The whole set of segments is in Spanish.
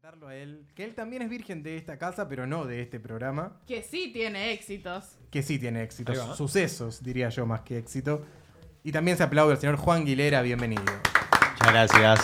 preguntarlo a él, que él también es virgen de esta casa, pero no de este programa, Que sí tiene éxitos. que sí tiene éxitos, Ahí va. sucesos, diría yo, más que éxito. Y también se aplaude al señor Juan Guilera, bienvenido. Muchas gracias.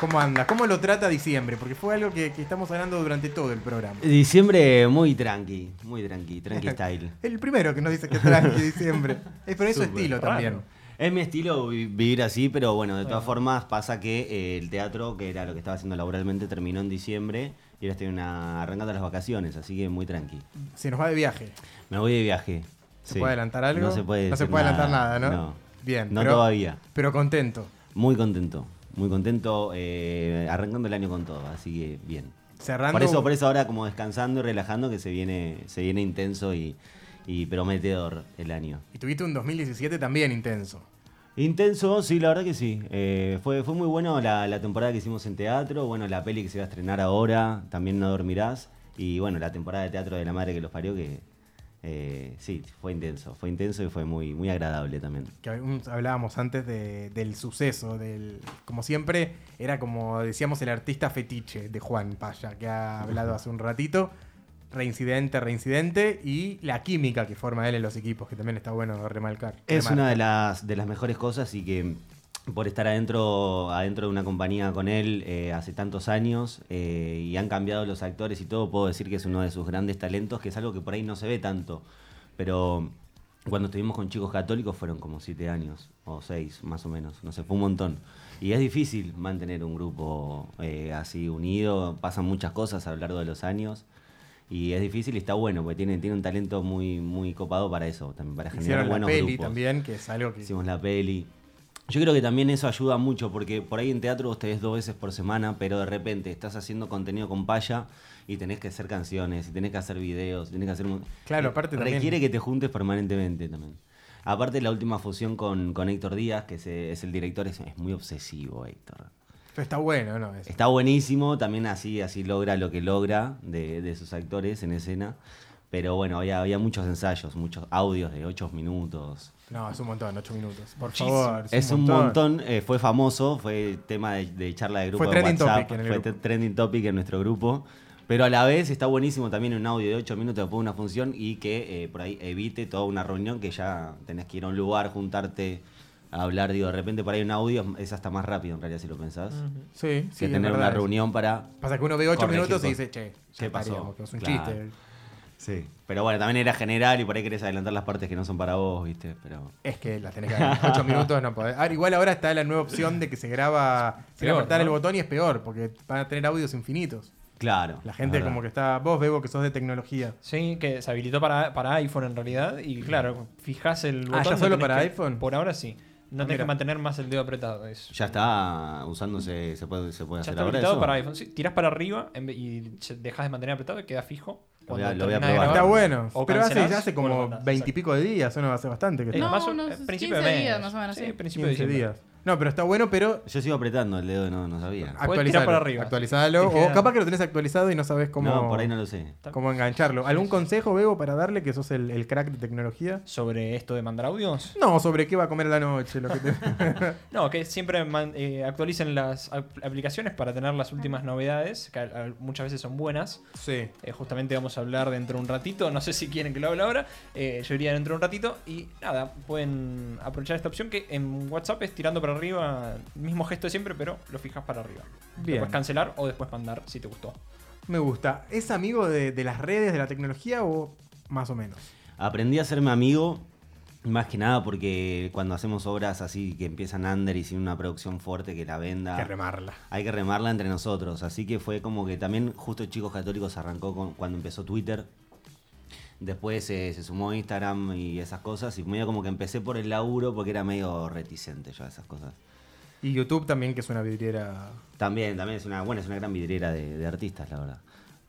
¿Cómo anda? ¿Cómo lo trata diciembre? Porque fue algo que, que estamos hablando durante todo el programa. Diciembre muy tranqui, muy tranqui, tranqui style. El primero que nos dice que tranqui diciembre. Es por eso Súper estilo raro. también. Es mi estilo vi- vivir así, pero bueno, de todas formas pasa que eh, el teatro, que era lo que estaba haciendo laboralmente, terminó en diciembre y ahora estoy una arrancando las vacaciones, así que muy tranqui. Se nos va de viaje. Me voy de viaje. ¿Se Sí. puede adelantar algo? No se puede, No se decir puede adelantar nada, ¿no? Bien. No pero- todavía. Pero contento. Muy contento, muy contento, eh, arrancando el año con todo, así que bien. Cerrando. Por eso, por eso ahora como descansando y relajando que se viene, se viene intenso y, y prometedor el año. Y tuviste un 2017 también intenso. Intenso, sí, la verdad que sí. Eh, fue, fue muy bueno la, la temporada que hicimos en teatro, bueno, la peli que se va a estrenar ahora, también no dormirás, y bueno, la temporada de teatro de la madre que los parió, que eh, sí, fue intenso, fue intenso y fue muy, muy agradable también. que un- hablábamos antes de- del suceso, del como siempre, era como decíamos el artista fetiche de Juan Paya, que ha hablado hace un ratito, reincidente, reincidente, y la química que forma él en los equipos, que también está bueno remarcar. Es remarcar. una de las, de las mejores cosas y que por estar adentro, adentro de una compañía con él eh, hace tantos años eh, y han cambiado los actores y todo, puedo decir que es uno de sus grandes talentos, que es algo que por ahí no se ve tanto. Pero cuando estuvimos con chicos católicos fueron como siete años o seis más o menos, no sé, fue un montón. Y es difícil mantener un grupo eh, así unido, pasan muchas cosas a lo largo de los años. Y es difícil y está bueno, porque tiene, tiene un talento muy, muy copado para eso, también para generar Hicieron la buenos peli grupos. también, que es algo que... Hicimos la peli. Yo creo que también eso ayuda mucho, porque por ahí en teatro vos te ves dos veces por semana, pero de repente estás haciendo contenido con paya y tenés que hacer canciones, y tenés que hacer videos, y tenés que hacer... un- Claro, eh, aparte también- Requiere que te juntes permanentemente también. Aparte la última fusión con, con Héctor Díaz, que se- es el director, es, es muy obsesivo Héctor. Pero está bueno, ¿no? Es- Está buenísimo, también así, así logra lo que logra de, de sus actores en escena. Pero bueno, había, había muchos ensayos, muchos audios de 8 minutos, No, es un montón, ocho minutos. Por favor. es un montón, eh, fue famoso, fue tema de, de charla de grupo Fue de trending WhatsApp, topic en el fue grupo. te- trending topic en nuestro grupo. Pero a la vez está buenísimo también un audio de 8 minutos después de una función y que eh, por ahí evite toda una reunión que ya tenés que ir a un lugar, juntarte, a hablar. Digo, de repente por ahí un audio es hasta más rápido en realidad si lo pensás. Sí, sí. que es tener verdad una eso. reunión para Pasa que uno ve ocho Corregir minutos y cosas. dice, che, ya ¿Qué está, pasó? digamos, que es un Claro. chiste. Sí. Pero bueno, también era general y por ahí querés adelantar las partes que no son para vos, ¿viste? Pero. Es que las tenés que ganar. 8 minutos no podés. Ahora, igual ahora está la nueva opción de que se graba sin Peor, apretar ¿no? el botón y es peor, porque van a tener audios infinitos. Claro. La es gente verdad. como que está. Vos, Bebo, que sos de tecnología. Sí, que se habilitó para, para iPhone en realidad. Mm. Y claro, fijás el Ah, botón. ¿ya no solo tenés para que- iPhone? Por ahora sí. No Ah, tenés mira. que mantener más el dedo apretado. Es, ya Ya está usándose, se puede, Ah, se puede hacer está ahora habilitado eso. para iPhone. Sí, tirás para arriba en vez- y se- dejás de mantener apretado y queda fijo. Lo voy cuando a- lo voy a terminás de probar. Está grabar. bueno. O Pero hace, cancelás ya hace o lo como mandás, exacto. veintipico de días, o no hace bastante que Eh, está. No, más o- unos eh, principio de 15 mes. días, más o menos, sí. principio de 15 diciembre. días. No, pero está bueno, pero Yo sigo apretando el dedo, no, no sabía. Podés tirar actualizalo. para arriba. actualizalo. Te queda- O capaz que lo tenés actualizado y no sabes cómo, No, por ahí no lo sé. cómo engancharlo. ¿Algún consejo, Bebo, para darle que sos el, el crack de tecnología? Sobre esto de mandar audios. No, sobre qué va a comer la noche, lo que te- No, que siempre man- eh, actualicen las ap- aplicaciones para tener las últimas novedades, que al- al- muchas veces son buenas. Sí. Eh, justamente vamos a hablar dentro de un ratito. No sé si quieren que lo hable ahora. Eh, yo iría dentro de un ratito. Y nada, pueden aprovechar esta opción que en WhatsApp es tirando para arriba. Mismo gesto de siempre, pero lo fijas para arriba. Bien. Después cancelar o después mandar si te gustó. Me gusta. ¿Es amigo de, de las redes, de la tecnología o más o menos? Aprendí a hacerme amigo, más que nada porque cuando hacemos obras así que empiezan under y sin una producción fuerte que la venda. Que remarla. hay que remarla entre nosotros. Así que fue como que también justo Chicos Católicos arrancó con- cuando empezó Twitter. Después eh, se sumó Instagram y esas cosas. Y medio como que empecé por el laburo porque era medio reticente yo a esas cosas. Y YouTube también, que es una vidriera. También, también es una, bueno, es una gran vidriera de, de artistas, la verdad.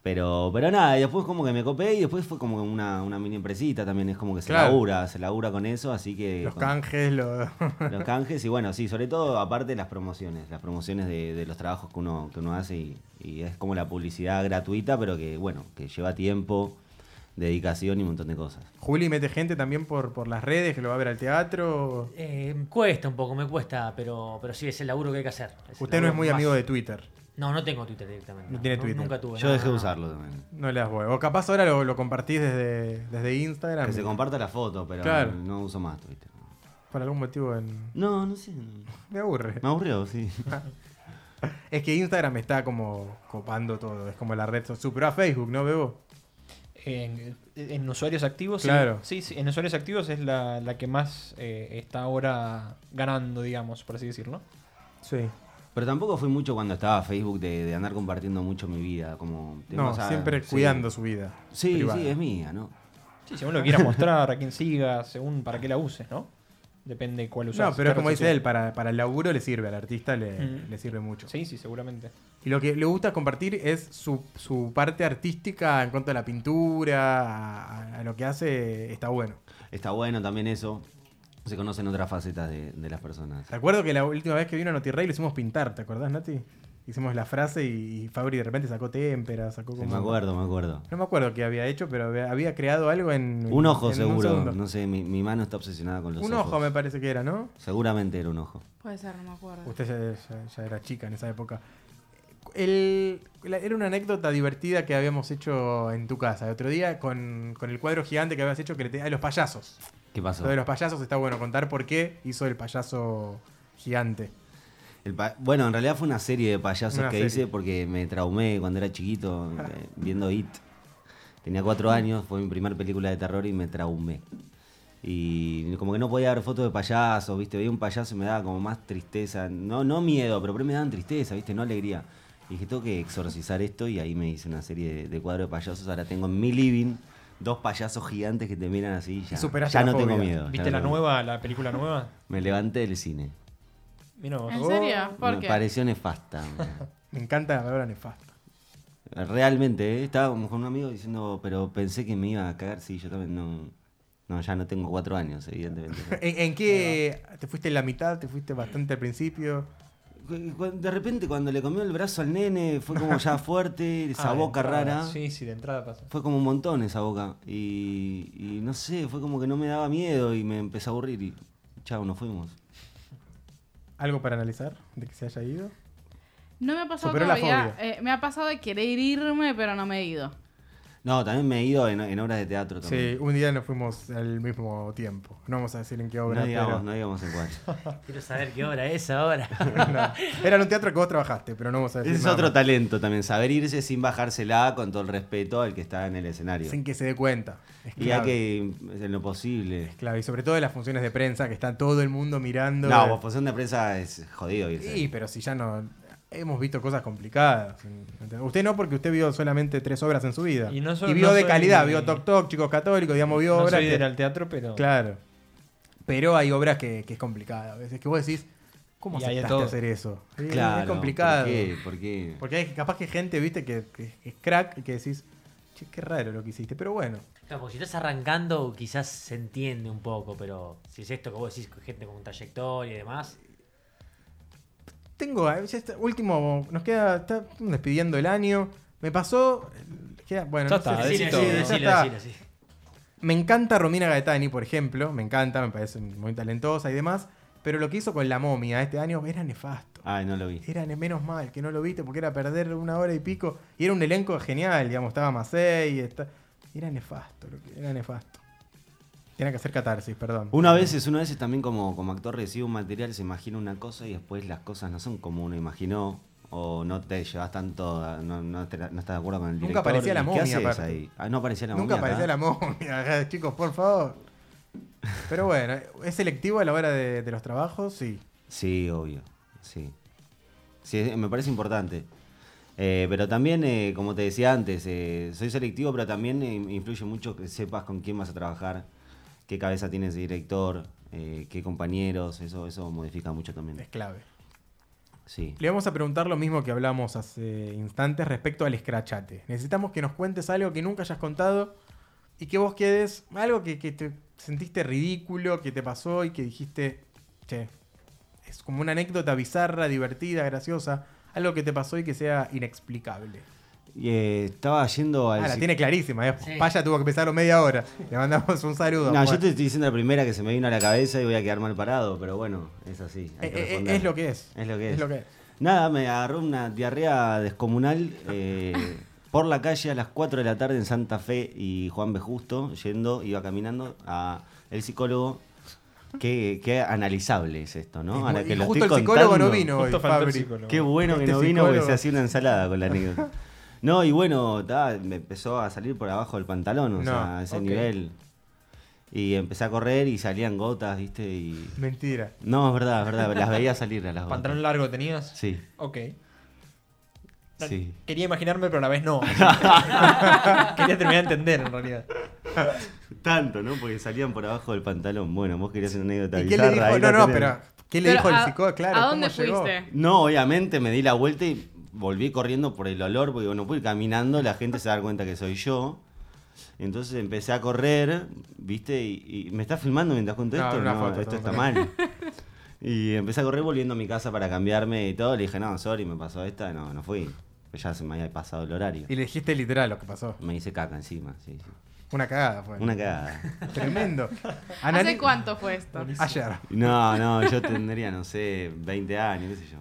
Pero, pero nada, y después como que me copé y después fue como una, una mini empresita también, es como que se Claro. labura, se labura con eso, así que... Los con- canjes, los. los canjes y bueno, sí, sobre todo aparte las promociones, las promociones de, de los trabajos que uno, que uno hace y, y es como la publicidad gratuita, pero que bueno, que lleva tiempo, dedicación y un montón de cosas. Juli mete gente también por, por las redes, que lo va a ver al teatro. Eh, cuesta un poco, me cuesta, pero, pero sí, es el laburo que hay que hacer. Es el Usted no laburo es muy más- amigo de Twitter. No, no tengo Twitter directamente. No tiene Twitter. Nunca tuve. Yo no, dejé de no, no. usarlo también. No le das huevo. O capaz ahora lo, lo compartís desde, desde Instagram. Que se comparta la foto, pero Claro. no uso más Twitter. Por algún motivo en- No, no sé. no. me aburre. Me aburrió, sí. Es que Instagram está como copando todo. Es como la red. so- Superó a Facebook, ¿no, Bebo? En, en usuarios activos, sí. Claro. sí. sí, en usuarios activos es la, la que más eh, está ahora ganando, digamos, por así decirlo. Sí. Pero tampoco fui mucho cuando estaba Facebook de, de andar compartiendo mucho mi vida. Como, No, o sea, siempre sí. cuidando su vida. Sí, privada. sí, es mía, ¿no? Sí, según lo quieras mostrar, a quién sigas, según para qué la uses, ¿no? Depende cuál usas. No, pero es qué como red dice social. él, para, para el laburo le sirve, al artista le, Mm. le sirve mucho. Sí, sí, seguramente. Y lo que le gusta compartir es su, su parte artística en cuanto a la pintura, a, a lo que hace, está bueno. Está bueno también eso. Se conocen otras facetas de, de las personas. Te acuerdo que la última vez que vino a Noti Rey lo hicimos pintar, ¿te acordás, Nati? Hicimos la frase y, y Fabri de repente sacó témpera, sacó Sí, como... me acuerdo, me acuerdo. No me acuerdo qué había hecho, pero había, había creado algo en... Un ojo en seguro. segundo. no sé, mi, mi mano está obsesionada con los Un ojos. ojo me parece que era, ¿no? Seguramente era un ojo. Puede ser, no me acuerdo. Usted ya, ya- ya era chica en esa época. El- la- era una anécdota divertida que habíamos hecho en tu casa el otro día con, con el cuadro gigante que habías hecho que le te- ah, los payasos. ¿Qué pasó? Lo de los payasos está bueno contar por qué hizo el payaso gigante. El pa- bueno, en realidad fue una serie de payasos Una que serie. hice porque me traumé cuando era chiquito eh, viendo It. Tenía cuatro años, fue mi primera película de terror y me traumé. Y como que no podía ver fotos de payasos, ¿viste? Veía un payaso y me daba como más tristeza. No, no miedo, pero por ahí me daban tristeza, ¿viste? No alegría. Y dije, tengo que exorcizar esto y ahí me hice una serie de, de cuadros de payasos. Ahora tengo en mi living dos payasos gigantes que te miran así y ya. superaste ya la no tengo fobia. miedo. ya ¿Viste no la tengo- nueva, la película nueva? Me levanté del cine. Mira Ah, vos. Ah, ¿En serio? ¿Por me qué? pareció nefasta. man. Me encanta la palabra nefasta. Realmente, ¿eh? estaba como con un amigo diciendo, pero pensé que me iba a cagar, sí, yo también no. No, ya no tengo cuatro años, evidentemente. ¿En, en qué te fuiste en la mitad? ¿Te fuiste bastante al principio? Cu- cu- De repente, cuando le comió el brazo al nene, fue como ya fuerte, esa Ah, de boca entrada. rara. Sí, sí, de entrada pasa. Fue como un montón esa boca. Y, y no sé, fue como que no me daba miedo y me empecé a aburrir. Y chao, nos fuimos. ¿Algo para analizar de que se haya ido? No me ha pasado Superó la todavía. Eh, me ha pasado de querer irme, pero no me he ido. No, también me he ido en, en obras de teatro Sí, también. un día nos fuimos al mismo tiempo. No vamos a decir en qué obra. no digamos, pero- no digamos en cuál. Quiero saber qué hora es ahora. No. Era en un teatro que vos trabajaste, pero no vamos a decir. Ese es nada otro más. talento también, saber irse sin bajársela con todo el respeto al que está en el escenario. Sin que se dé cuenta. Es Y hay clave. que, en lo posible. Claro, y sobre todo en las funciones de prensa, que está todo el mundo mirando. No, vos, posición de prensa es jodido irse. Sí, pero si ya no. Hemos visto cosas complicadas. ¿entendés? Usted no, porque usted vio solamente tres obras en su vida. Y no so- vio no de soy- calidad, vio Toc Toc, Chicos Católicos, digamos, vio No obras. soy de que- ir al teatro, pero... Claro. Pero hay obras que, que es complicada. A veces que vos decís, ¿cómo Y hay de aceptaste todo. hacer eso? Sí, Claro, es complicado. ¿Por qué? ¿Por qué? Porque hay capaz que gente, viste, que, que es crack y que decís, che, qué raro lo que hiciste. Pero bueno, No, porque si estás arrancando, quizás se entiende un poco, pero si es esto que vos decís, con gente con trayectoria y demás. Tengo, eh, ya está, último, nos queda, está despidiendo el año. Me pasó, eh, queda- bueno, Ya no sé está, si- decí sí, todo, sí, ¿no? ya decilo, está. decilo, sí. Me encanta Romina Gaetani, por ejemplo, me encanta, me parece muy talentosa y demás, pero lo que hizo con La Momia este año era nefasto. Ay, no lo vi. Era ne- menos mal que no lo viste porque era perder una hora y pico. Y era un elenco genial, digamos, estaba Macei, está... era nefasto, lo que- era nefasto. Tiene que hacer catarsis, perdón. Una veces, una veces también como, como actor recibe un material, se imagina una cosa y después las cosas no son como uno imaginó. O no te llevas tanto, a- no, no, te- no estás de acuerdo con el Nunca director. aparecía la ¿Y momia, ¿Qué haces aparte. ahí? Ah, no aparecía la Nunca momia. apareció la momia, chicos, por favor. Pero bueno, ¿es selectivo a la hora de, de los trabajos? Sí. Sí, obvio. Sí. Sí, es- me parece importante. Eh, pero también, eh, como te decía antes, eh, soy selectivo, pero también eh, influye mucho que sepas con quién vas a trabajar, qué cabeza tiene ese director, eh, qué compañeros, eso, eso modifica mucho Es también. clave. Sí. Le vamos a preguntar lo mismo que hablamos hace instantes respecto al escrachate. Necesitamos que nos cuentes algo que nunca hayas contado y que vos quedes, algo que, que te sentiste ridículo, que te pasó y que dijiste, che, es como una anécdota bizarra, divertida, graciosa, algo que te pasó y que sea inexplicable. Y, eh, estaba yendo al... Ah, la psic- tiene clarísima. eh. Sí. Paya tuvo que empezarlo media hora. Le mandamos un saludo. pues. No, Juan. yo te estoy diciendo la primera que se me vino a la cabeza y voy a quedar mal parado, pero bueno, es así. hay Eh, que eh, responder. es lo que es. Es lo que es. lo que es. Nada, me agarró una diarrea descomunal eh, por la calle a las 4 de la tarde en Santa Fe y Juan B. Justo, yendo, iba caminando a el psicólogo. Qué, qué analizable es esto, ¿no? Es Ahora muy- que y lo justo estoy el psicólogo no contando. vino hoy, Justo faltó el Fabri. psicólogo. Qué bueno que Este no vino porque se psicólogo. hacía una ensalada con la anécdota. No, y bueno, ta, me empezó a salir por abajo del pantalón, o No, sea, a ese ok. nivel. Y empecé a correr y salían gotas, ¿viste? Y... Mentira. No, es verdad, es verdad, las veía salir a las gotas. ¿Pantalón largo tenías? Sí, Ok. sí. Quería imaginarme, pero a la vez no. Quería terminar de entender, en realidad. Tanto, ¿no? Porque salían por abajo del pantalón. Bueno, vos querías una anécdota ¿Y qué le bizarra, dijo? ahí No, la no, tenés. pero ¿qué le Pero dijo el a- psicólogo? Claro, ¿A dónde ¿cómo llegó? fuiste? No, obviamente me di la vuelta y volví corriendo por el olor, porque no pude ir caminando, la gente se da cuenta que soy yo. Entonces empecé a correr, ¿viste? Y, y- me está filmando mientras cuento No, esto. una No, foto, esto no, está no. mal. Y empecé a correr volviendo a mi casa para cambiarme y todo. Le dije, no, sorry, me pasó esta. No, no fui. Pues ya se me había pasado el horario. Y le dijiste literal lo que pasó. Me hice caca encima, sí, sí. Una cagada fue. Una cagada. Tremendo. ¿Hace Anani- cuánto fue esto? Ayer. Ah, No, no, yo tendría, no sé, 20 años, qué sé yo.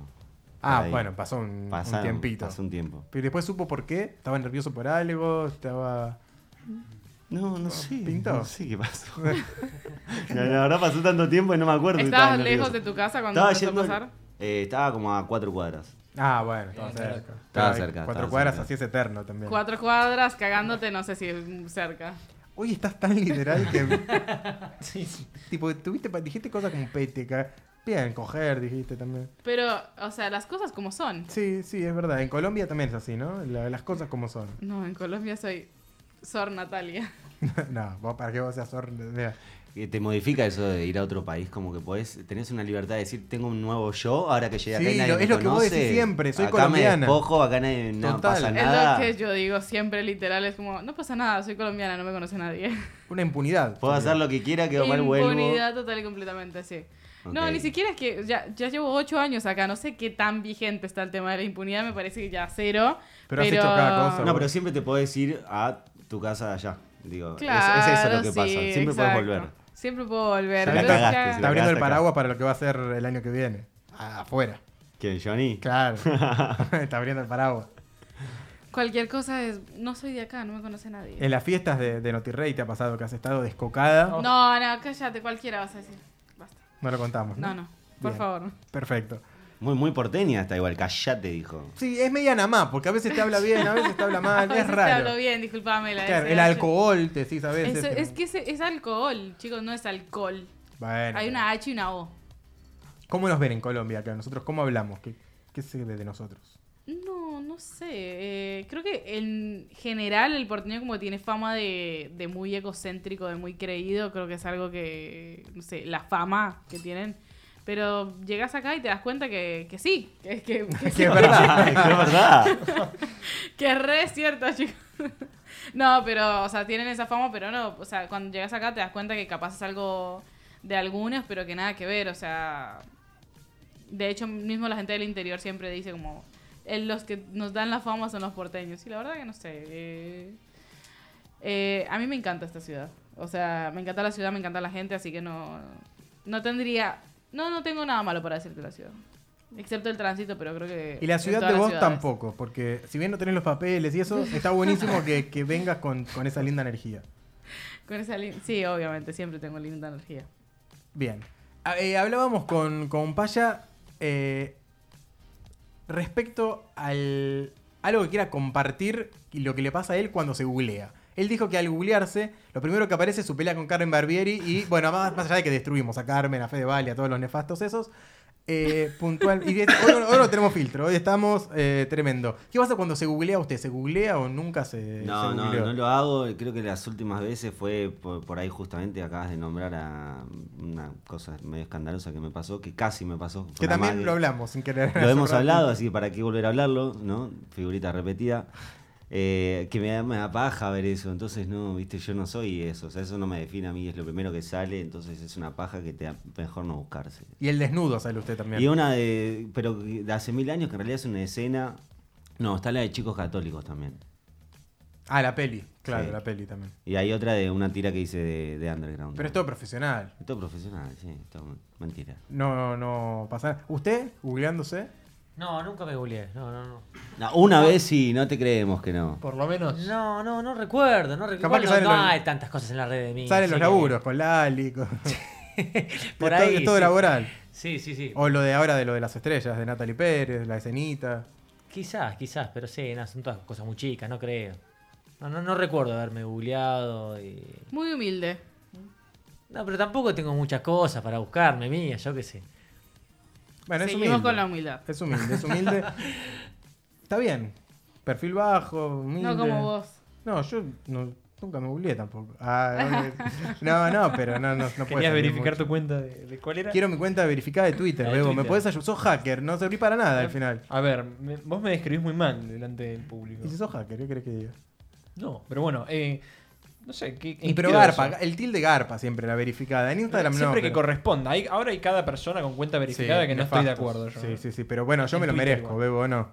Ah, Por ahí. bueno, pasó un, un Pasaron- tiempito. Pasó un tiempo. Pero después supo por qué. Estaba nervioso por algo, estaba... No, no sé. ¿Pintó? No sé qué pasó. la, la verdad pasó tanto tiempo y no me acuerdo. ¿Estabas lejos de tu casa cuando Estaba empezó yendo- a pasar? eh, estaba como a cuatro cuadras. Ah, bueno, estaba Estaba cerca. cerca. Estaba cerca, Cuatro estaba cuadras, cerca. así es eterno también. Cuatro cuadras cagándote, no sé si es cerca. Hoy estás tan literal que... Sí, sí. tipo, tuviste, pa- dijiste cosas como peteca. Bien, coger, dijiste también. Pero, o sea, las cosas como son. Sí, sí, es verdad. En Colombia también es así, ¿no? La- las cosas como son. No, en Colombia soy Sor Natalia. no, vos para que vos seas or- mira. Eh, ¿Te modifica eso de ir a otro país? Como que podés, tenés una libertad de decir, tengo un nuevo yo, ahora que llegué acá Sí, y nadie lo- me es lo que vos conoce, decís siempre, soy acá colombiana. me despojo, acá nadie, no Total. pasa Es nada. Es lo que yo digo siempre, literal, es como, no pasa nada, soy colombiana, no me conoce nadie. Una impunidad. Puedo sería. hacer lo que quiera, quedo mal vuelvo. Impunidad total y completamente, sí. No, Ok. ni siquiera es que ya, ya llevo ocho años acá, no sé qué tan vigente está el tema de la impunidad, me parece que ya cero. Pero has hecho cada cosa. No, pero siempre te podés ir a tu casa de allá. Digo, es- Claro, es, eso lo que pasa. sí, Siempre podés exacto. volver. Siempre puedo volver. Ya la Entonces cagaste, ya- sí. Está abriendo el acá. paraguas para lo que va a ser el año que viene. Ah, Afuera. ¿Quién, Johnny? Claro. Está abriendo el paraguas. Cualquier cosa es, no soy de acá, no me conoce nadie. En las fiestas de, de Notirrey te ha pasado que has estado descocada. No, no, cállate, cualquiera vas a decir. Basta. No lo contamos. No, No, no, por Bien. favor. Perfecto. Muy, muy porteña está igual, callate, dijo. Sí, es media namá, porque a veces te habla bien, a veces te habla mal, A Ah, es veces Te raro. hablo bien, disculpame. La Claro, el SH. alcohol este. te decís a veces. Eso- pero- es que ese- es, alcohol, chicos, no es alcohol. Bueno. Hay una H y una O. ¿Cómo nos ven en Colombia acá? ¿Nosotros cómo hablamos? ¿Qué, qué se ve de nosotros? No, no sé. eh, creo que en general el porteño como tiene fama de, de muy egocéntrico, de muy creído, creo que es algo que, no sé, la fama que tienen. Pero llegas acá y te das cuenta que, que sí, que, que, que sí, Que es verdad. Es verdad. que es re cierto, chicos. No, pero, o sea, tienen esa fama, pero no, o sea, cuando llegas acá te das cuenta que capaz es algo de algunos, pero que nada que ver, o sea, de hecho, mismo la gente del interior siempre dice como, "Eh, los que nos dan la fama son los porteños, y la verdad que no sé, eh, eh, a mí me encanta esta ciudad, o sea, me encanta la ciudad, me encanta la gente, así que no, no tendría, no, no tengo nada malo para decirte la ciudad. Excepto el tránsito, pero creo que... Y la en ciudad todas de las vos ciudades. tampoco, porque si bien no tenés los papeles y eso, está buenísimo que, que vengas con, con esa linda energía. Con esa lin- sí, obviamente, siempre tengo linda energía. Bien. Ah, eh, hablábamos con, con Paya eh, respecto al algo que quiera compartir y lo que le pasa a él cuando se googlea. Él dijo que al googlearse, lo primero que aparece es su pelea con Carmen Barbieri y, bueno, más, más allá de que destruimos a Carmen, a Fedeval y a todos los nefastos esos, eh, puntual. Y de- hoy, no- hoy no tenemos filtro, hoy estamos eh, tremendo. ¿Qué pasa cuando se googlea usted? ¿Se googlea o nunca se, No, se no, googleó? no lo hago. Creo que las últimas veces fue por, por ahí justamente, acabas de nombrar a una cosa medio escandalosa que me pasó, que casi me pasó. Que Fue una también madre. lo hablamos sin querer. Lo hace hemos rato. hablado, así que para qué volver a hablarlo, ¿no? Figurita repetida. Eh, que me da, me da paja ver eso, entonces no, viste, yo no soy eso, o sea, eso no me define a mí, es lo primero que sale, entonces es una paja que te da mejor no buscarse. Y el desnudo sale usted también. Y una de. Pero de hace mil años, que en realidad es una escena. No, está la de chicos católicos también. Ah, la peli. Claro, Sí. la peli también. Y hay otra de una tira que hice de, de underground. Pero es todo profesional. Esto es profesional, sí, esto es mentira. No, no pasa nada. ¿Usted, googleándose? No, nunca me googleé. No, no, no. No, una vez sí, no te creemos que no. Por lo menos. No, no, no recuerdo. No, recuerdo. Capaz que salen no los- hay tantas cosas en la red de mí. Salen así los que- laburos, con Lali, con... Por es todo- ahí. es todo sí. laboral. Sí, sí, sí. O lo de ahora de lo de las estrellas, de Natalie Pérez, la escenita. Quizás, quizás, pero sí, no, son todas cosas muy chicas, no creo. No, no, no recuerdo haberme googleado y... Muy humilde. No, pero tampoco tengo muchas cosas para buscarme, mía, yo qué sé. Bueno, es Seguimos humilde. con la humildad. Es humilde, es humilde. Está bien. Perfil bajo, humilde. No como vos. No, yo no- nunca me googleé tampoco. Ah, no, no, pero no, no, no puede Querías salir verificar mucho. tu cuenta de, de cuál era. Quiero mi cuenta verificada de Twitter, La de Bebo. Me Twitter. podés ayudar. Sos hacker, no serví para nada al final. A ver, me- vos me describís muy mal delante del público. Y si sos hacker, ¿qué crees que diga? No, pero bueno, eh, no sé. ¿qué, Y pero inspira Garpa, eso? el tilde Garpa siempre, la verificada. En Instagram no. Siempre que pero- corresponda. Hay- ahora hay cada persona con cuenta verificada Sí, que no estoy de nefastos. acuerdo. Yo, Sí, sí, sí, pero bueno, yo En me lo Twitter merezco, igual. Bebo, no.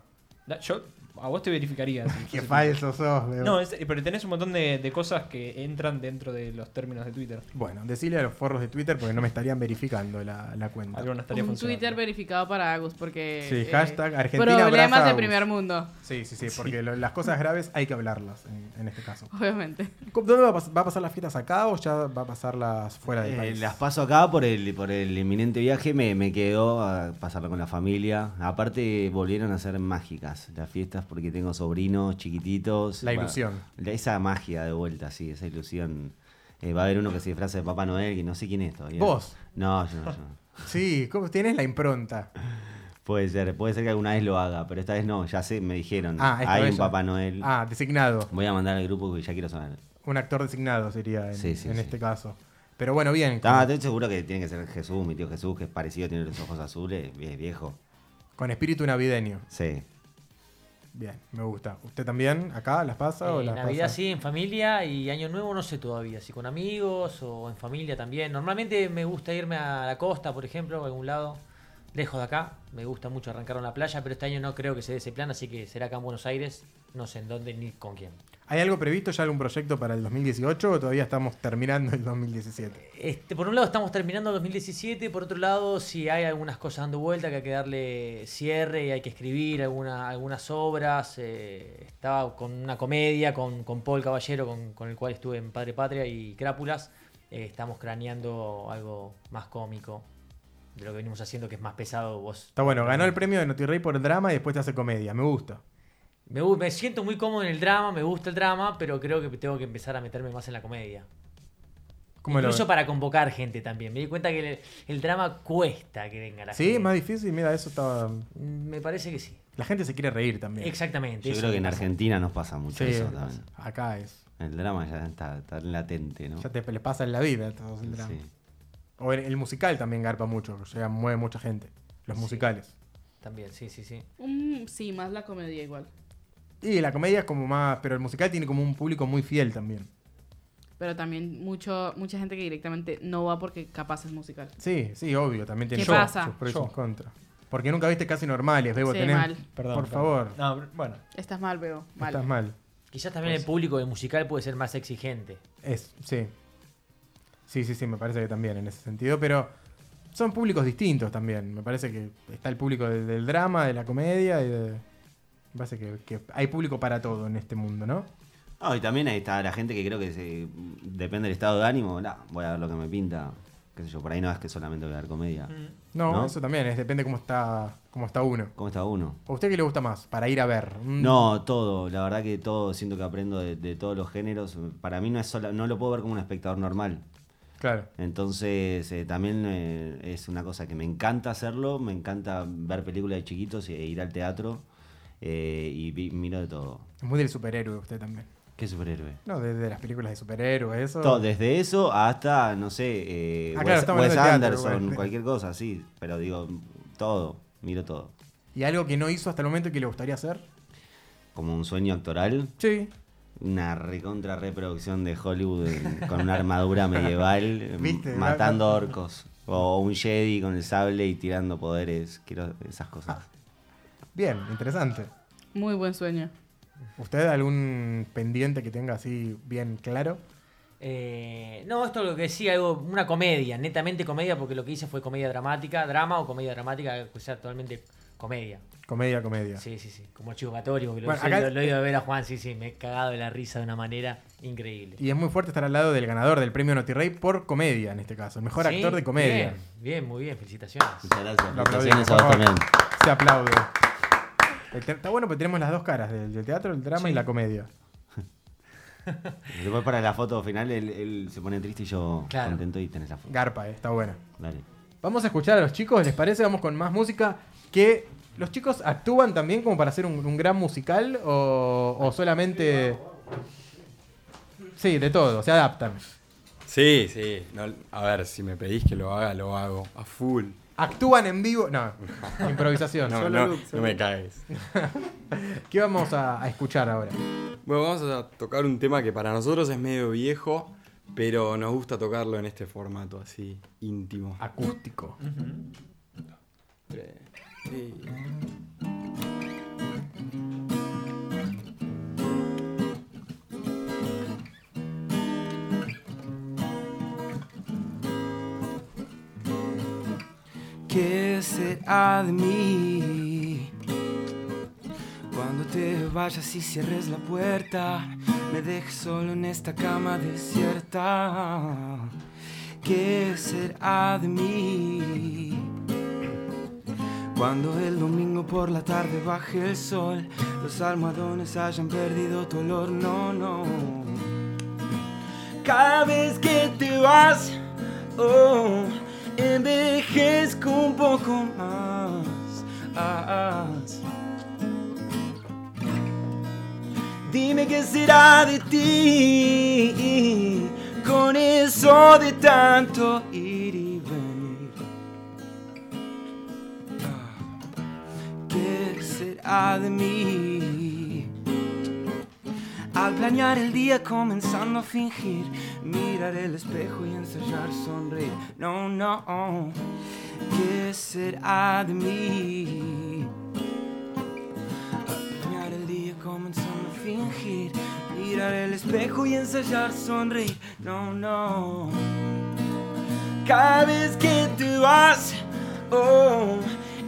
La- yo a vos te verificaría. si Qué fuese- falso sos, Bebo. No, es- pero tenés un montón de, de cosas que entran dentro de los términos de Twitter. Bueno, decile a los forros de Twitter porque no me estarían verificando la, la cuenta. Algunas estaría Un funcionando. Twitter verificado para Agus, porque. Sí, eh, hashtag Argentina abraza Problemas a de Agus. primer mundo, Sí, sí, sí, porque lo- las cosas graves hay que hablarlas en, en este caso. obviamente. ¿Dónde va a, pas- va a pasar las fiestas acá o ya va a pasarlas fuera del Eh, país? las paso acá por el, por el inminente viaje, me, me quedó a pasarla con la familia. Aparte volvieron a ser mágicas las fiestas porque tengo sobrinos chiquititos. La Va- ilusión. la- esa magia de vuelta, sí, esa ilusión. Eh, va a haber uno que se disfraza de Papá Noel, que no sé quién es todavía. ¿Vos? No, yo no, yo no. Sí, ¿cómo tienes la impronta? Puede ser, puede ser que alguna vez lo haga, pero esta vez no, ya sé, me dijeron. Ah, esta hay vez un ya. Papá Noel. Ah, designado. Voy a mandar al grupo que ya quiero sonar. Un actor designado sería en, Sí, sí, en sí. este caso. Pero bueno, bien. Ah, con, estoy seguro que tiene que ser Jesús, mi tío Jesús, que es parecido, tiene los ojos azules, es viejo. con espíritu navideño. Sí. Bien, me gusta. ¿Usted también acá las pasa o Eh, las Navidad pasa? sí, en familia y Año Nuevo no sé todavía, si con amigos o en familia también. Normalmente me gusta irme a la costa, por ejemplo, a algún lado, lejos de acá. Me gusta mucho arrancar en la playa, pero este año no creo que se dé ese plan, así que será acá en Buenos Aires, no sé en dónde ni con quién. ¿Hay algo previsto ya algún proyecto para el 2018 o todavía estamos terminando el 2017? Este, por un lado estamos terminando 2017, por otro lado si hay algunas cosas dando vuelta que hay que darle cierre y hay que escribir alguna- algunas obras. eh, estaba con una comedia con, con Paul Caballero, con, con el cual estuve en Padre Patria y Crápulas. Eh, estamos craneando algo más cómico de lo que venimos haciendo que es más pesado vos. Está bueno, ganó el premio de Notirrey por drama y después te hace comedia. Me gusta. Me, gu- me siento muy cómodo en el drama, me gusta el drama, pero creo que tengo que empezar a meterme más en la comedia. ¿Cómo lo Incluso ves? para convocar gente también. Me di cuenta que el, el drama cuesta que venga la Sí, gente. más difícil. Mira, eso estaba. Mm, Me parece que sí. La gente se quiere reír también. Exactamente. Yo eso creo que en me pasa. Argentina nos pasa mucho Sí, eso también. acá es. El drama ya está, está latente, ¿no? Ya te le pasa en la vida. todo el drama. Sí. O el, el musical también garpa mucho. Llega, mueve mucha gente. Los musicales. También, sí, sí, sí. Mm, sí, más la comedia igual. Y la comedia es como más. Pero el musical tiene como un público muy fiel también. Pero también mucho, mucha gente que directamente no va porque capaz es musical. Sí, sí, obvio. También tiene ¿Qué pasa? sus pros y Yo. sus contras. Porque nunca viste casi normales, Bebo. Sí, tenés- mal. Perdón. Por perdón. favor. No, pero- bueno. Estás mal, veo. Mal. Estás mal. Quizás también Pues el público de musical puede ser más exigente. Es, sí. Sí, sí, sí, me parece que también en ese sentido, pero son públicos distintos también. Me parece que está el público del, del drama, de la comedia, y de- me parece que, que hay público para todo en este mundo, ¿no? No, y también ahí está la gente que creo que se- depende del estado de ánimo. nah, voy a ver lo que me pinta. Qué sé yo, por ahí no es que solamente voy a ver comedia. Mm. No, ¿No? eso también, es, depende cómo está, cómo está uno. ¿Cómo está uno? ¿A usted qué le gusta más? Para ir a ver. Mm, No, todo. La verdad que todo. Siento que aprendo de, de todos los géneros. Para mí no es sola, no lo puedo ver como un espectador normal. Claro. Entonces, eh, también eh, es una cosa que me encanta hacerlo, me encanta ver películas de chiquitos e ir al teatro eh, y vi- miro de todo. Es muy del superhéroe usted también. ¿Qué superhéroe? No, desde las películas de superhéroes, eso. Todo, desde eso hasta, no sé, eh, Ah, claro, Wes, estamos hablando Wes de teatro, Anderson, igual. cualquier cosa, sí, pero digo, todo, miro todo. ¿Y algo que no hizo hasta el momento y que le gustaría hacer? Como un sueño actoral, Sí. una recontra reproducción de Hollywood en- con una armadura medieval, eh, Viste, matando orcos, o un Jedi con el sable y tirando poderes, quiero esas cosas. Ah. Bien, interesante. Muy buen sueño. ¿Usted algún pendiente que tenga así bien claro? Eh, no, esto lo que decía, algo, una comedia, netamente comedia, porque lo que hice fue comedia dramática, drama o comedia dramática, que sea totalmente Comedia. Comedia, comedia. Sí, sí, sí. Como chupatorio, que lo, Bueno, sé, acá- lo- lo he ido a ver a Juan, sí, sí. Me he cagado de la risa de una manera increíble. Y es muy fuerte estar al lado del ganador del premio Notirrey por comedia, en este caso. El mejor Sí, actor de comedia. Bien, bien, muy bien, felicitaciones. Muchas gracias. Lo aplaudimos, Felicitaciones a vos por favor. también. Se aplaude. El te- Está bueno porque tenemos las dos caras, del, del teatro, el drama y la comedia. Después para la foto final, él, él se pone triste y yo Claro. contento y tenés la foto. Garpa, eh, está buena. Dale. Vamos a escuchar a los chicos, ¿les parece? Vamos con más música. Que los chicos actúan también como para hacer un, un gran musical o, o solamente... Sí, de todo, se adaptan. Sí, sí. no- a ver, si me pedís que lo haga, lo hago. A full. Actúan en vivo. No, improvisación. No, solo no, look, no solo- me cagues. ¿Qué vamos a, a escuchar ahora? Bueno, vamos a tocar un tema que para nosotros es medio viejo, pero nos gusta tocarlo en este formato así íntimo. Acústico. Sí. ¿Qué será de mí? Cuando te vayas y cierres la puerta, me dejes solo en esta cama desierta. ¿Qué será de mí? Cuando el domingo por la tarde baje el sol, los almohadones hayan perdido tu olor, no, no. Cada vez que te vas, oh, envejezco un poco más. ah, Dime qué será de ti con eso de tanto ir y venir. Ah, ¿Qué será de mí? Al planear el día comenzando a fingir, mirar el espejo y ensayar sonreír. No, no, ¿qué será de mí? Al planear el día comenzando a fingir, mirar el espejo y ensayar sonreír. No, no. Cada vez que te vas, oh,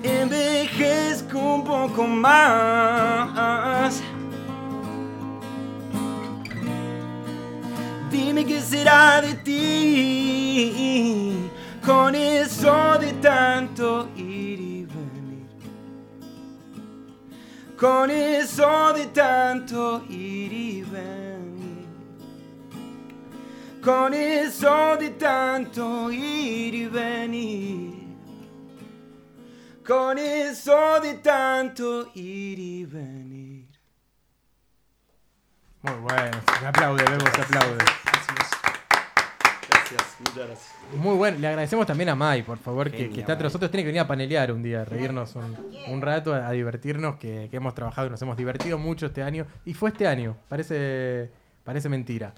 envejezco un poco más. Dime qué será de ti con eso de tanto ir y venir. Con eso de tanto ir y venir. Con eso de tanto ir y venir. Con eso de tanto ir y venir. Muy bueno. Se aplaude, Bebo, se aplaude. Gracias, muchas gracias. Muy bueno. Le agradecemos también a Mai, por favor, que, Genia, que está entre Mai. nosotros. Tiene que venir a panelear un día, a reírnos un, un rato, a, a divertirnos, que, que hemos trabajado y nos hemos divertido mucho este año. Y fue este año. Parece, parece mentira.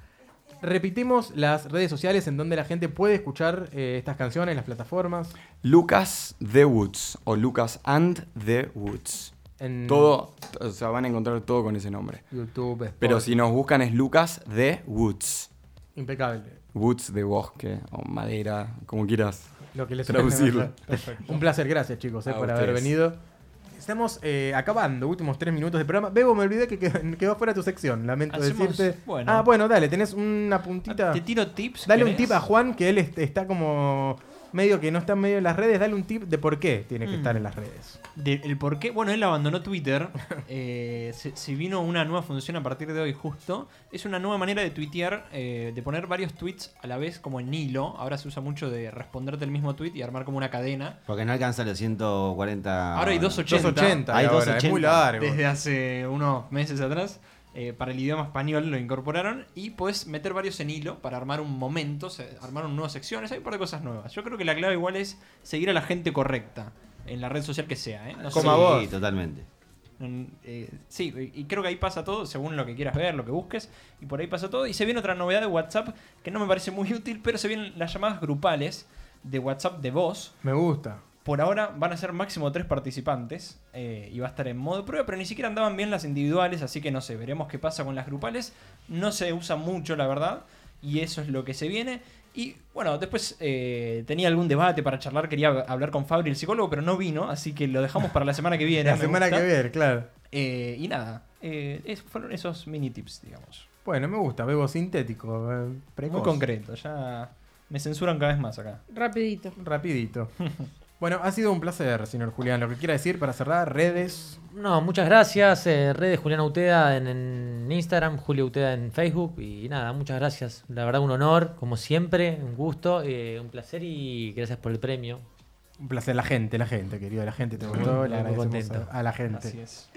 Repitimos las redes sociales en donde la gente puede escuchar eh, estas canciones, las plataformas. Lucas The Woods o Lucas and The Woods. Mm. En Todo, o sea, van a encontrar todo con ese nombre. YouTube. Spotify. Pero si nos buscan es Lucas The Woods. Impecable. Woods de bosque o madera, como quieras. lo que les Traducirlo. Un placer, gracias chicos eh, A por haber ustedes. venido. Estamos eh, acabando, últimos tres minutos del programa. Bebo, me olvidé que qued- quedó fuera tu sección, lamento Hacemos- decirte. bueno. Ah, bueno, dale, tenés una puntita. Ah, Te tiro tips. Dale un ¿querés? tip a Juan, que él est- está como medio que no está en medio de las redes. Dale un tip de por qué tiene que Mm. estar en las redes. De- el por qué. Bueno, él abandonó Twitter. eh, se, se vino una nueva función a partir de hoy, justo. Es una nueva manera de tuitear, eh, de poner varios tweets a la vez, como en hilo. Ahora se usa mucho de responderte el mismo tweet y armar como una cadena. Porque no alcanza los 140. Ahora hay 280. 280, Hay ahora, es muy 280. largo. desde hace unos meses atrás. eh, para el idioma español lo incorporaron y puedes meter varios en hilo para armar un momento, se- armar un nuevas secciones, hay un par de cosas nuevas. Yo creo que la clave igual es seguir a la gente correcta en la red social que sea. ¿eh? No sé Como si- a vos. Sí, totalmente. Mm, eh, sí, y y creo que ahí pasa todo, según lo que quieras ver, lo que busques, y por ahí pasa todo. Y se viene otra novedad de WhatsApp que no me parece muy útil, pero se vienen las llamadas grupales de WhatsApp de voz. Me gusta. Por ahora van a ser máximo tres participantes eh, y va a estar en modo prueba, pero ni siquiera andaban bien las individuales, así que no sé, veremos qué pasa con las grupales. No se usa mucho, la verdad, y eso es lo que se viene. Y bueno, después eh, tenía algún debate para charlar, quería hablar con Fabri, el psicólogo, pero no vino, así que lo dejamos para la semana que viene. La me semana gusta. que viene, claro. Eh, y nada, eh, es- fueron esos mini tips, digamos. Bueno, me gusta, bebo sintético. eh, precoz. Muy concreto, ya me censuran cada vez más acá. Rapidito. Rapidito. Bueno, ha sido un placer, señor Julián. Lo que quiera decir para cerrar, redes. No, muchas gracias. eh, redes Julián Uteda en, en Instagram, Julio Uteda en Facebook. Y nada, muchas gracias. La verdad, un honor, como siempre, un gusto, eh, un placer y gracias por el premio. Un placer, la gente, la gente, querido, la gente te gustó, le muy agradecemos contento. a, a la gente. Así es.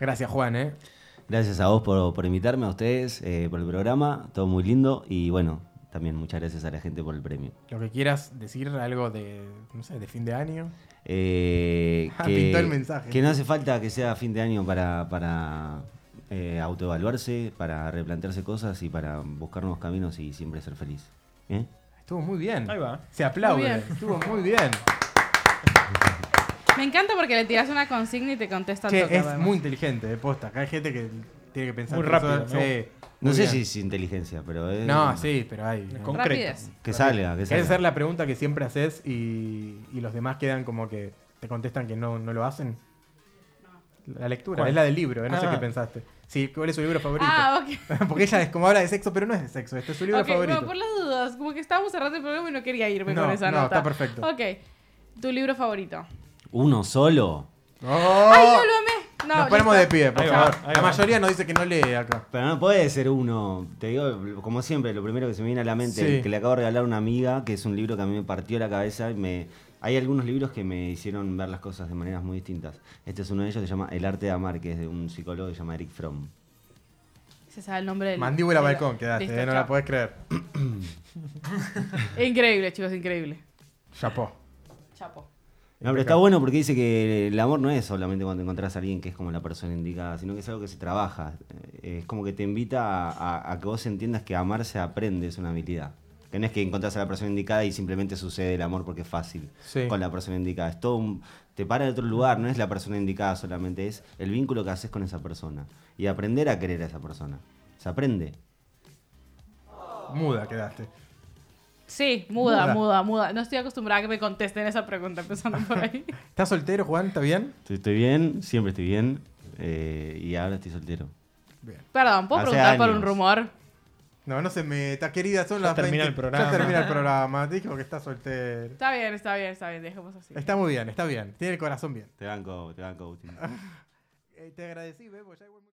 Gracias, Juan, eh. Gracias a vos por, por invitarme, a ustedes, eh, por el programa, todo muy lindo y bueno, también muchas gracias a la gente por el premio. Lo que quieras decir, algo de, no sé, de fin de año. Eh, Ah, pintó el mensaje. que no hace falta que sea fin de año para, para eh, autoevaluarse, para replantearse cosas y para buscar nuevos caminos y siempre ser feliz. ¿Eh? Estuvo muy bien. Ahí va. Se aplaude. Muy bien. Estuvo muy bien. Me encanta porque le tiras una consigna y te contesta Che, al toque, es además. muy inteligente, de posta. Acá hay gente que tiene que pensar. Muy tres rápido, horas. ¿no? Sí, No muy sé bien. si es inteligencia, pero es- No, sí, pero hay. Con- Rapidez. que salga, que Esa es salga. la pregunta que siempre haces y, y los demás quedan como que te contestan que no, no lo hacen. La lectura, ¿Cuál? es la del libro, eh, no sé Ah. qué pensaste. Sí, ¿cuál es su libro favorito? Ah, ok. Porque ella es como habla de sexo, pero no es de sexo, este es su libro Ok, favorito. bueno, por las dudas, como que estábamos cerrando el programa y no quería irme No, con esa no, nota. está perfecto. Ok, tu libro favorito. Uno solo. ¡Oh! ¡Ay, no lo amé! No, Nos ponemos de listo. pie, por Ahí va, favor. ahí la va. mayoría nos dice que no lee acá. Pero no puede ser uno. Te digo, como siempre, lo primero que se me viene a la mente, Sí. el que le acabo de regalar a una amiga, que es un libro que a mí me partió la cabeza. Y me... Hay algunos libros que me hicieron ver las cosas de maneras muy distintas. Este es uno de ellos, se llama El arte de amar, que es de un psicólogo que se llama Eric Fromm. Se sabe el nombre del Mandíbula del- balcón, quedaste, Listo, eh, no chao. la podés creer. Increíble, chicos, increíble. Chapó. Chapo. No, pero está bueno porque dice que el amor no es solamente cuando encontrás a alguien que es como la persona indicada, sino que es algo que se trabaja. Eh, Es como que te invita a, a- a que vos entiendas que amar se aprende, es una habilidad. Que no es que encontrás a la persona indicada y simplemente sucede el amor porque es fácil Sí. con la persona indicada. Es todo un- te para de otro lugar, no es la persona indicada solamente, es el vínculo que haces con esa persona. Y aprender a querer a esa persona. Se aprende. Muda quedaste. Sí, muda, Muda. muda, muda, No estoy acostumbrada a que me contesten esa pregunta empezando por ahí. ¿Estás soltero, Juan? ¿Está bien? Estoy, estoy bien, siempre estoy bien. eh, y ahora estoy soltero. Perdón, ¿puedo Hace preguntar por años. un rumor? No, no se meta, querida, son Ya las termina 20. el programa. Ya termina el programa. Te dijo que estás soltero. Está bien, está bien, está bien, dejemos así. Está muy bien, está bien. Tiene el corazón bien. Te banco, te banco, Agustín. Eh, te agradecí, Bebo. ya igual-